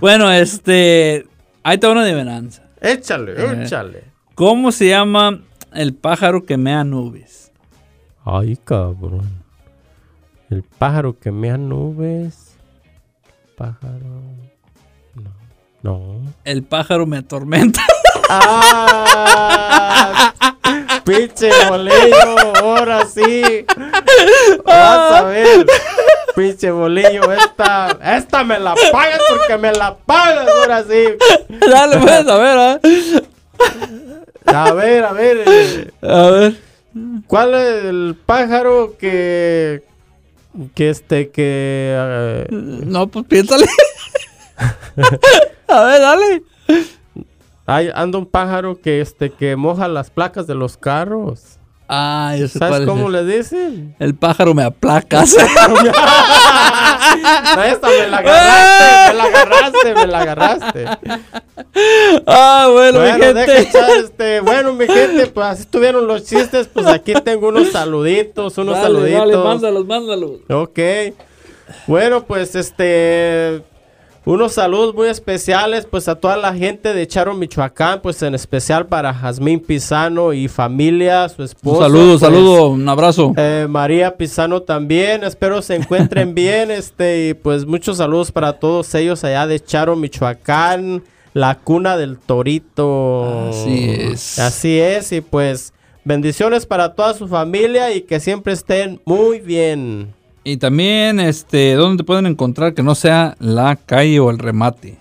Speaker 1: Bueno, este, ahí está una de venanza.
Speaker 2: Échale,
Speaker 1: Eh.
Speaker 2: échale.
Speaker 1: ¿Cómo se llama el pájaro que mea nubes?
Speaker 2: Ay, cabrón. El pájaro que mea nubes. Pájaro. No. No.
Speaker 1: El pájaro me atormenta.
Speaker 2: ¡Ah! ¡Pinche bolillo! ¡Ahora sí! Vas a ver. Pinche bolillo, esta, esta me la pagas porque me la pagas ahora sí.
Speaker 1: Dale, pues, a ver, a ver.
Speaker 2: A ver, a ver. eh,
Speaker 1: A ver.
Speaker 2: ¿Cuál es el pájaro que. que este, que. eh,
Speaker 1: No, pues piénsale. a ver, dale.
Speaker 2: hay, anda un pájaro que este, que moja las placas de los carros.
Speaker 1: Ah, yo sé cuál
Speaker 2: ¿Sabes
Speaker 1: es
Speaker 2: cómo
Speaker 1: el-
Speaker 2: le dicen?
Speaker 1: El pájaro me aplacas.
Speaker 2: Esta me la agarraste, me la agarraste, me la agarraste.
Speaker 1: ah, bueno, mi
Speaker 2: Bueno, deja
Speaker 1: gente.
Speaker 2: echar, este, bueno, mi gente, pues así tuvieron los chistes, pues aquí tengo unos saluditos, unos
Speaker 1: Dale,
Speaker 2: saluditos.
Speaker 1: dale, mándalos, mándalos.
Speaker 2: Ok. Bueno, pues este. Unos saludos muy especiales pues a toda la gente de Charo Michoacán, pues en especial para Jazmín Pisano y familia, su
Speaker 1: Un
Speaker 2: esposo.
Speaker 1: saludo,
Speaker 2: pues,
Speaker 1: saludo, un abrazo.
Speaker 2: eh, María Pisano también, espero se encuentren bien, este, y pues muchos saludos para todos ellos allá de Charo, Michoacán, la cuna del torito.
Speaker 1: Así es.
Speaker 2: Así es, y pues bendiciones para toda su familia y que siempre estén muy bien.
Speaker 1: Y también, este, ¿dónde te pueden encontrar que no sea la calle o el remate?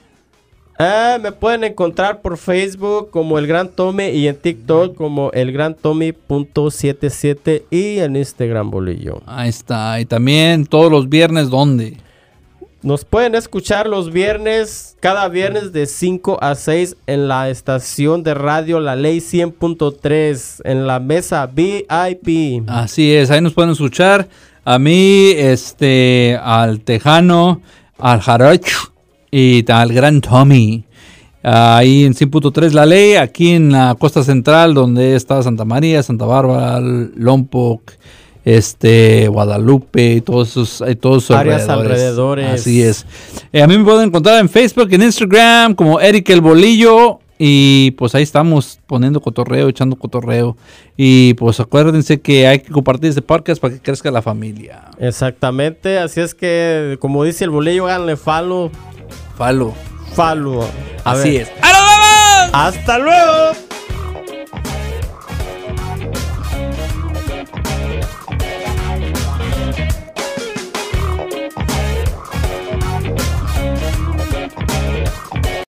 Speaker 2: Ah, me pueden encontrar por Facebook como el Gran Tommy y en TikTok como el Gran Tommy.77 y en Instagram Bolillo.
Speaker 1: Ahí está. Y también todos los viernes, ¿dónde?
Speaker 2: Nos pueden escuchar los viernes, cada viernes de 5 a 6 en la estación de radio La Ley 100.3, en la mesa VIP.
Speaker 1: Así es, ahí nos pueden escuchar. A mí, este, al Tejano, al Jarocho y ta- al Gran Tommy. Ahí en 100.3 La Ley, aquí en la costa central, donde está Santa María, Santa Bárbara, L- Lompoc, este Guadalupe y todos esos y todos sus
Speaker 2: Áreas alrededores.
Speaker 1: Así es. Eh, a mí me pueden encontrar en Facebook, en Instagram como Eric el Bolillo y pues ahí estamos poniendo cotorreo, echando cotorreo y pues acuérdense que hay que compartir este podcast para que crezca la familia.
Speaker 2: Exactamente, así es que como dice el bolillo, háganle falo,
Speaker 1: Falo.
Speaker 2: falo. A
Speaker 1: Así
Speaker 2: ver,
Speaker 1: es. ¡Ah, no, no, no!
Speaker 2: Hasta luego.